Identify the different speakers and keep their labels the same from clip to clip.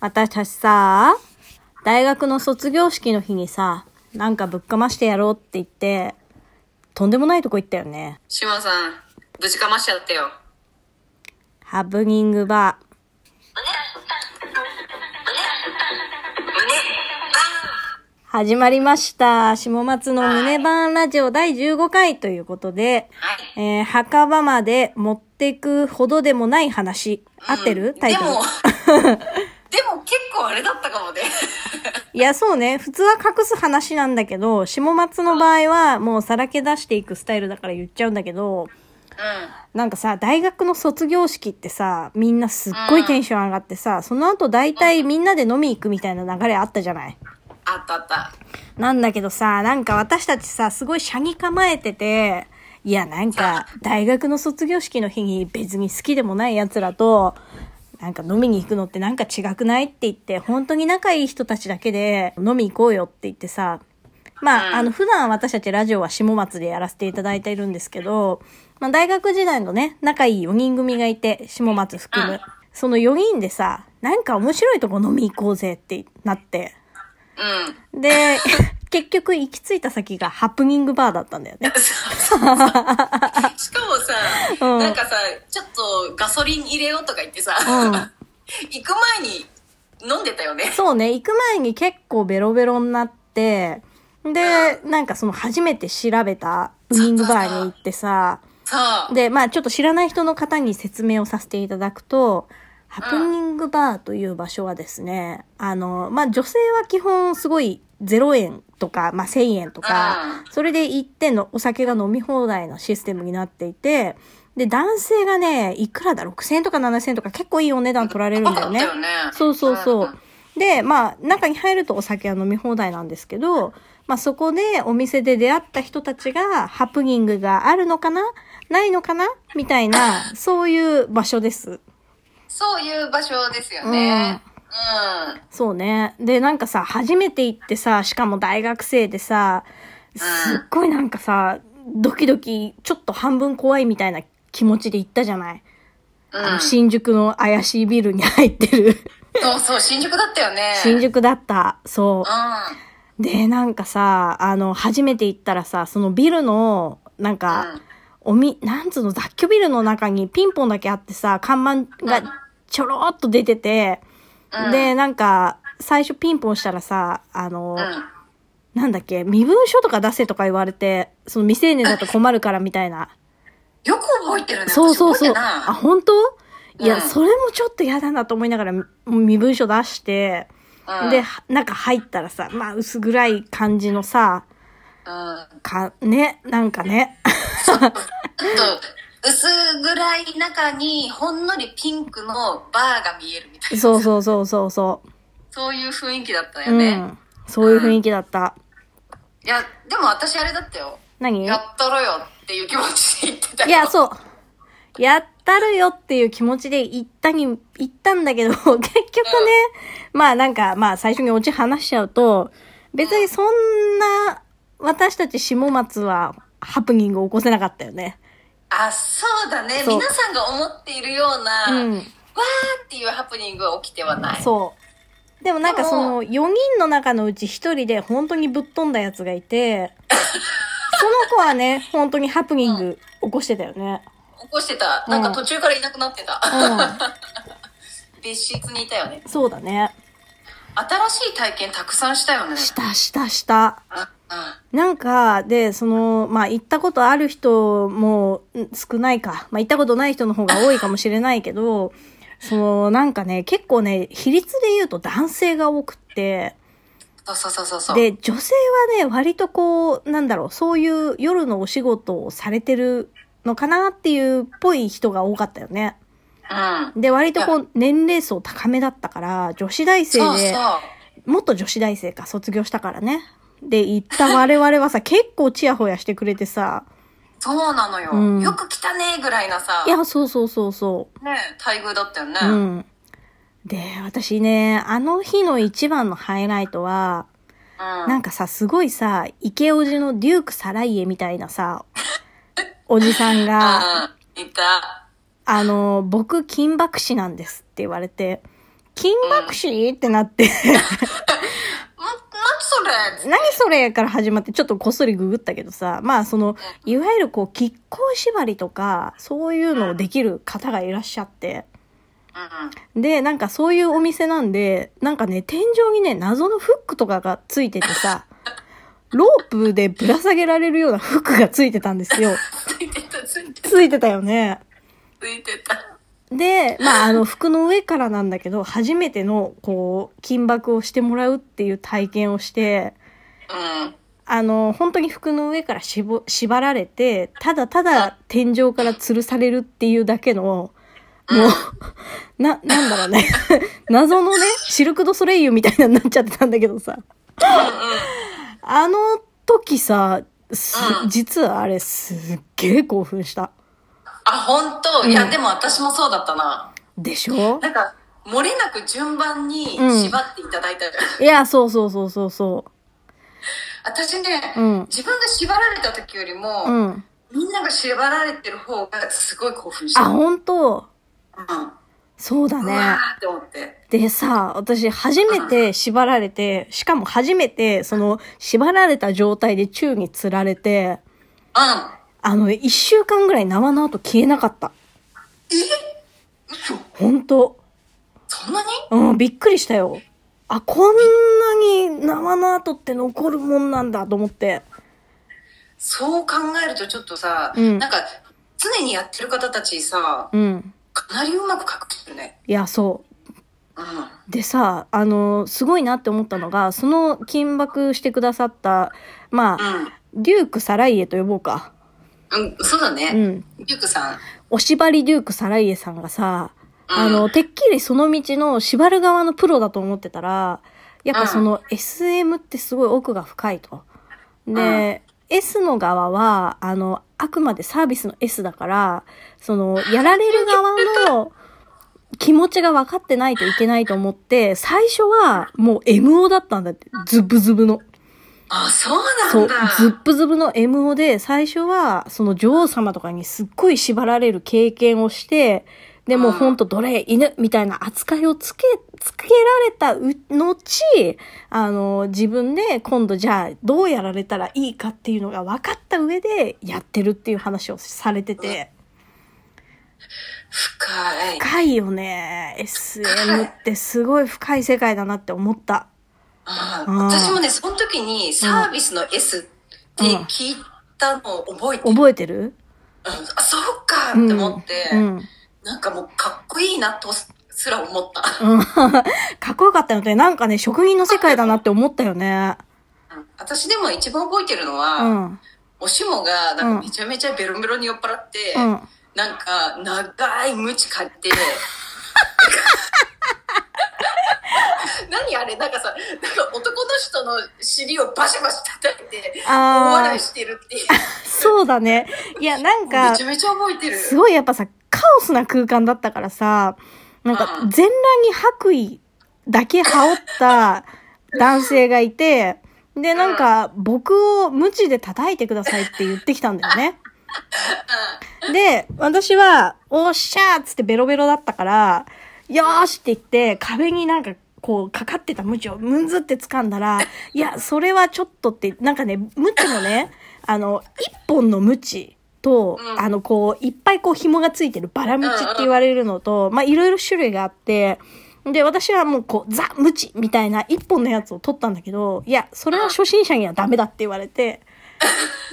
Speaker 1: 私たちさ、大学の卒業式の日にさ、なんかぶっかましてやろうって言って、とんでもないとこ行ったよね。
Speaker 2: シマさん、ぶちかましちゃったよ。
Speaker 1: ハプニングバー。始まりました。下松の胸バーンラジオ第15回ということで、
Speaker 2: はい。
Speaker 1: えー墓場まで持ってくほどでもない話。合ってる、
Speaker 2: うん
Speaker 1: タイトル。
Speaker 2: でも、でも結構あれだったかもね。
Speaker 1: いや、そうね。普通は隠す話なんだけど、下松の場合はもうさらけ出していくスタイルだから言っちゃうんだけど、
Speaker 2: う
Speaker 1: なんかさ、大学の卒業式ってさ、みんなすっごいテンション上がってさ、その後大体みんなで飲み行くみたいな流れあったじゃない
Speaker 2: ん。あったあった。
Speaker 1: なんだけどさ、なんか私たちさ、すごい車に構えてて、いや、なんか、大学の卒業式の日に別に好きでもない奴らと、なんか飲みに行くのってなんか違くないって言って、本当に仲いい人たちだけで飲み行こうよって言ってさ、まあ、
Speaker 2: うん
Speaker 1: あの、普段私たちラジオは下松でやらせていただいているんですけど、まあ、大学時代のね、仲いい4人組がいて、下松含
Speaker 2: う
Speaker 1: む
Speaker 2: ん。
Speaker 1: その4人でさ、なんか面白いとこ飲み行こうぜってなって、
Speaker 2: うん。
Speaker 1: で、結局行き着いた先がハプニングバーだったんだよね。
Speaker 2: しかもさ、
Speaker 1: うん
Speaker 2: なんかさ、ちょっとガソリン入れようとか言ってさ、
Speaker 1: うん
Speaker 2: 行く前に飲んでたよね。
Speaker 1: そうね、行く前に結構ベロベロになって、で、なんかその初めて調べたハプニングバーに行ってさ、
Speaker 2: さあ、
Speaker 1: で、まあちょっと知らない人の方に説明をさせていただくと、ハプニングバーという場所はですね、あの、まあ女性は基本すごい0円とか、まあ1000円とか
Speaker 2: う、
Speaker 1: それで1点のお酒が飲み放題のシステムになっていて、で、男性がね、いくらだ、6000円とか7000円とか結構いいお値段取られるんだよね
Speaker 2: 高。かったよね
Speaker 1: そうそうそうう。で、まあ、中に入るとお酒は飲み放題なんですけど、まあそこでお店で出会った人たちがハプニングがあるのかなないのかなみたいな、そういう場所です。
Speaker 2: そういう場所ですよね。うん。
Speaker 1: そうね。で、なんかさ、初めて行ってさ、しかも大学生でさ、すっごいなんかさ、ドキドキ、ちょっと半分怖いみたいな気持ちで行ったじゃない、
Speaker 2: うん
Speaker 1: あの新宿の怪しいビルに入ってる。
Speaker 2: そうそう、新宿だったよね。
Speaker 1: 新宿だった。そう
Speaker 2: う。ん。
Speaker 1: で、なんかさ、あの、初めて行ったらさ、そのビルの、なん
Speaker 2: う
Speaker 1: か
Speaker 2: ん、
Speaker 1: おみ、なんつうの、雑居ビルの中にピンポンだけあってさ、看板
Speaker 2: うん
Speaker 1: がちょろっと出てて、
Speaker 2: うん
Speaker 1: で、なんか、最初ピンポンしたらさ、あの、
Speaker 2: うん。
Speaker 1: なんだっけ、身分証とか出せとか言われて、その未成年だと困るからみたいな。
Speaker 2: よく覚えてるね。
Speaker 1: そうそうそう。
Speaker 2: 私覚えて
Speaker 1: あ、
Speaker 2: ない
Speaker 1: 本当いや、
Speaker 2: うん
Speaker 1: それもちょっと嫌だなと思いながら、み身分証出して、
Speaker 2: うん
Speaker 1: で、は中入ったらさ、まあ、薄暗い感じのさ、
Speaker 2: うん。
Speaker 1: か、ね、なんかね。
Speaker 2: ちょっと薄暗い中にほんのりピンクのバーが見えるみたいな
Speaker 1: そうそうそうそうそ
Speaker 2: そういう雰囲気だった
Speaker 1: う。
Speaker 2: よ
Speaker 1: う
Speaker 2: ね、
Speaker 1: ん。そういう雰囲気だった。
Speaker 2: いやでも私あれだったよ
Speaker 1: 何い
Speaker 2: やったろよっていう気持ちで言ってたよ
Speaker 1: や、そう。やったるよっていう気持ちで行ったに、行ったんだけど、 結局ね、まあなんか、まあ最初にオチ話しちゃうと、別にそんな、私たち下松はハプニングを起こせなかったよね。
Speaker 2: あそうだね
Speaker 1: そう
Speaker 2: 皆さんが思っているような、
Speaker 1: うん
Speaker 2: わーっていうハプニングは起きてはない
Speaker 1: そう。でもなんかその4人の中のうち1人で本当にぶっ飛んだやつがいて、その子はね、本当にハプニング起こしてたよね。
Speaker 2: 起こしてたなん
Speaker 1: う
Speaker 2: か
Speaker 1: ん
Speaker 2: 途中からいなくなってた、
Speaker 1: う
Speaker 2: 別室にいたよね
Speaker 1: ん。そうだね。
Speaker 2: 新しい体験たくさんしたよね
Speaker 1: したしたした。
Speaker 2: あ
Speaker 1: なんか、で、その、まあ、行ったことある人もん少ないか。まあ、行ったことない人の方が多いかもしれないけど、その、なんかね、結構ね、比率で言うと男性が多くって、
Speaker 2: うんそうそうそうそう
Speaker 1: で、女性はね、割とこう、なんだろう、そういう夜のお仕事をされてるのかなっていうっぽい人が多かったよね。
Speaker 2: うん
Speaker 1: で、割とこう、年齢層高めだったから、女子大生
Speaker 2: そう
Speaker 1: で、
Speaker 2: そう
Speaker 1: もっと女子大生か、卒業したからね。で、行った 我々はさ、結構チヤホヤしてくれてさ、
Speaker 2: そうなのよ。
Speaker 1: うん
Speaker 2: よく来たねぐらいなさ、
Speaker 1: い
Speaker 2: ね、
Speaker 1: や、そうそうそうそ
Speaker 2: 待遇だったよね。
Speaker 1: う。うん。で、私ね、あの日の一番のハイライトは、なんかさ、すごいさ、イケオジのデューク・サライエみたいな さ、おじさんが、
Speaker 2: うん。いた。
Speaker 1: あの、僕、金箔師なんですって言われて、金爆死ってなって、
Speaker 2: な、なんそれ
Speaker 1: 何それから始まって、ちょっとこっそりググったけどさ、まあその、いわゆるこう、亀甲縛りとか、そういうのをできる方がいらっしゃって、
Speaker 2: うん。
Speaker 1: で、なんかそういうお店なんで、なんかね、天井にね、謎のフックとかがついててさ、ロープでぶら下げられるようなフックがついてたんですよ。
Speaker 2: ついてた、ついてた、
Speaker 1: ついてたよね。
Speaker 2: ついてた。
Speaker 1: で、まあ、あの、服の上からなんだけど、初めての、こう、金箔をしてもらうっていう体験をして、
Speaker 2: うん。
Speaker 1: あの、本当に服の上からしぼ縛られて、ただただ天井から吊るされるっていうだけの、もう、な、なんだろうね。 謎のね、シルク・ド・ソレイユみたいなになっちゃってたんだけどさ。あの時さ、す
Speaker 2: うん
Speaker 1: 実はあれすっげえ興奮した。
Speaker 2: あ、本当いや、でも私もそうだったな。
Speaker 1: でしょ
Speaker 2: なんか、漏れなく順番に
Speaker 1: うん
Speaker 2: 縛っていただいたじゃん。
Speaker 1: いや、そうそうそうそうそ
Speaker 2: 私ね、
Speaker 1: うん
Speaker 2: 自分が縛られた時よりも、
Speaker 1: う。うん。
Speaker 2: みんなが縛られてる方がすごい興奮し
Speaker 1: あ、
Speaker 2: た。
Speaker 1: 本当
Speaker 2: うん。
Speaker 1: そうだ
Speaker 2: うわ
Speaker 1: ね。
Speaker 2: ーって思って。
Speaker 1: でさ、私初めて縛られて、しかも初めて、その、縛られた状態で宙に釣られて、
Speaker 2: う
Speaker 1: あの、一週間ぐらい縄の後消えなかった。
Speaker 2: ん。嘘
Speaker 1: ほんと。
Speaker 2: そんなに
Speaker 1: うん、びっくりしたよ。あ、こんなに縄の後って残るもんなんだと思って。
Speaker 2: そう考えるとちょっとさ、
Speaker 1: うん
Speaker 2: なんか、常にやってる方たちさ、
Speaker 1: うん。
Speaker 2: かなりうまく隠してるね。
Speaker 1: いや、そう。
Speaker 2: うん。
Speaker 1: でさ、あの、すごいなって思ったのが、その金箔してくださった、まあ、デューク・サライエと呼ぼうか。
Speaker 2: うん。うん、そうだ
Speaker 1: う
Speaker 2: ね。
Speaker 1: ん。
Speaker 2: ゆうくさん。
Speaker 1: おしばりデューク・サライエさんがさ、
Speaker 2: うん
Speaker 1: あの、てっきりその道の縛る側のプロだと思ってたら、やっぱその SM ってすごい奥が深いと。で、S の側は、あの、あくまでサービスの S だから、その、やられる側の気持ちが分かってないといけないと思って、最初はもう MO だったんだって。ズブズブの。
Speaker 2: あ、そうな
Speaker 1: そ
Speaker 2: ん
Speaker 1: う
Speaker 2: だ。、
Speaker 1: ズップズブの MO で、最初は、その女王様とかにすっごい縛られる経験をして、でもう
Speaker 2: うん
Speaker 1: ほんと奴隷、犬みたいな扱いをつけ、つけられたう後、あの、自分で今度じゃあどうやられたらいいかっていうのが分かった上でやってるっていう話をされてて、
Speaker 2: 深い。
Speaker 1: 深いよね。SM ってすごい深い世界だなって思った。
Speaker 2: あ
Speaker 1: うん
Speaker 2: 私もね、その時にサービスの S って聞いたのを覚えて、うん
Speaker 1: 覚えてる
Speaker 2: あ、そうかって思って、
Speaker 1: うん。
Speaker 2: なんかもうかっこいいなとすら思った。
Speaker 1: うん かっこよかったよね。なんかね、職人の世界だなって思ったよね。
Speaker 2: 私でも一番覚えてるの
Speaker 1: う
Speaker 2: は、
Speaker 1: ん。うん。
Speaker 2: おしもがなんかめちゃめちゃベロベロに酔っ払って、なんか長いムチ買って、 何あれなんかさ、なんか男の人の尻をバシバシ叩いて、大
Speaker 1: あ
Speaker 2: 笑
Speaker 1: ー、
Speaker 2: いしてるっていう。
Speaker 1: そうだね。いや、なんか
Speaker 2: めち、ゃめちゃ覚えてる。
Speaker 1: すごいやっぱさ、カオスな空間だったからさ、なんか
Speaker 2: うん
Speaker 1: 全裸に白衣だけ羽織った男性がいて、で、なんか、僕を無知で叩いてくださいって言ってきたんだよね。 で、私は、おっしゃーっつってベロベロだったから、よーしって言って、壁になんか、こう、かかってたムチをむんずって掴んだら、いや、それはちょっとって、なんかね、ムチも ね、あの、一本のムチと、
Speaker 2: うん
Speaker 1: あの、こう、いっぱいこう、紐がついてるバラムチって言われるのと、まあ、いろいろ種類があって、で、私はもうこう、ザ・ムチみたいな一本のやつを取ったんだけど、いや、それは初心者にはダメだって言われて、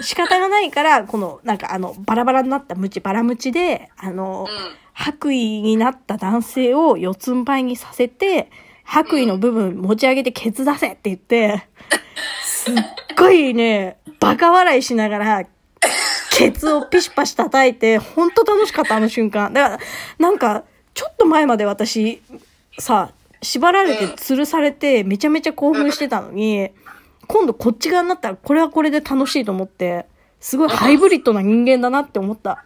Speaker 1: 仕方がないから、この、なんかあの、バラバラになったムチ、バラムチで、あの、
Speaker 2: うん
Speaker 1: 白衣になった男性を四つん這いにさせて、白衣の部分持ち上げてケツ出せって言って、すっごいね、バカ笑いしながら、ケツをピシパシ叩いて、ほんと楽しかった、あの瞬間。だから、なんか、ちょっと前まで私、さ、縛られて、吊るされて、めちゃめちゃ興奮してたのに、今度こっち側になったら、これはこれで楽しいと思って、すごいハイブリッドな人間だなって思った。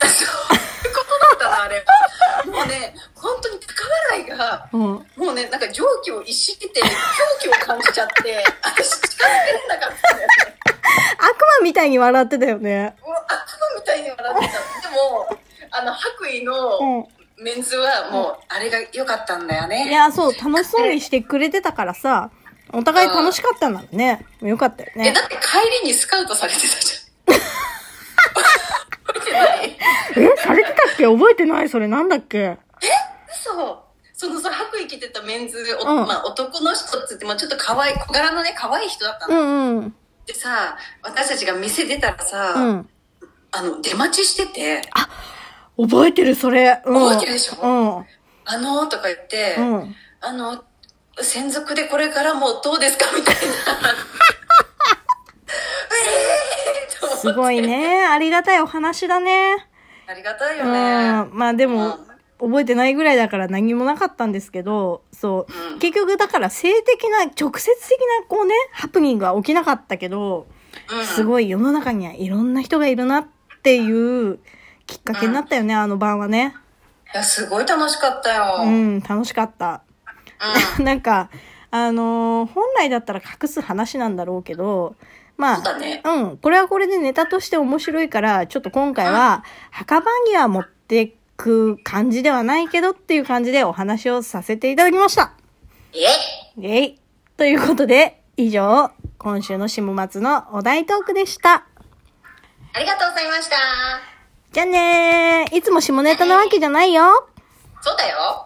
Speaker 2: そういうことだったな、あれ。もうね、本当に高笑いが、
Speaker 1: うん。
Speaker 2: もうね、なんか蒸気を逸してて、狂気を感じちゃって、私近づけられなかったんだよね。
Speaker 1: 悪魔みたいに笑ってたよね。
Speaker 2: もう悪魔みたいに笑ってた。でも、あの、白衣の
Speaker 1: うん。
Speaker 2: メンズはもう、あれが良かったんだよね。
Speaker 1: いや、そう、楽しそうにしてくれてたからさ、お互い楽しかったんだろうね。よかったよ
Speaker 2: え、
Speaker 1: ね
Speaker 2: だ。って帰りにスカウトされてたじ ゃん。覚えてない
Speaker 1: え、されてたっけ覚えてないそれなんだっけ
Speaker 2: 嘘そのさ、白衣着てたメンズ、お
Speaker 1: うん
Speaker 2: まあ男の人っつって、まあちょっと可愛い、小柄のね、可愛い人だった
Speaker 1: う
Speaker 2: の。
Speaker 1: んうん。
Speaker 2: でさ、私たちが店出たらさ、
Speaker 1: うん。
Speaker 2: あの、出待ちしてて、
Speaker 1: 覚えてる、それ。うん、
Speaker 2: 覚えてるでし
Speaker 1: ょ
Speaker 2: あのーとか言って、
Speaker 1: うん。うん。
Speaker 2: あの、専属でこれからもどうですかみたいな。 えーと思って
Speaker 1: すごい。ね。ありがたいお話だね。
Speaker 2: ありがたい
Speaker 1: うん。
Speaker 2: よね。
Speaker 1: まあでも、覚えてないぐらいだから何もなかったんですけど、そうう。
Speaker 2: ん
Speaker 1: 結局だから性的な、直接的なこうね、ハプニングは起きなかったけど、
Speaker 2: うん、
Speaker 1: すごい世の中にはいろんな人がいるなっていうきっかけになったよね、あの晩はね。
Speaker 2: いや、すごい楽しかったよ。
Speaker 1: う
Speaker 2: うん。
Speaker 1: ん、楽しかった。 なんか、あのー本来だったら隠す話なんだろうけど、ま
Speaker 2: そうだね。
Speaker 1: あ、うん、これはこれでネタとして面白いから、ちょっと今回は、墓場には持ってく感じではないけどっていう感じでお話をさせていただきました。
Speaker 2: え
Speaker 1: イ
Speaker 2: え
Speaker 1: ェイということで、以上、今週の下松のお題トークでした。
Speaker 2: ありがとうございました。
Speaker 1: じゃあねーいつも下ネタなわけじゃないよ
Speaker 2: そうだよ。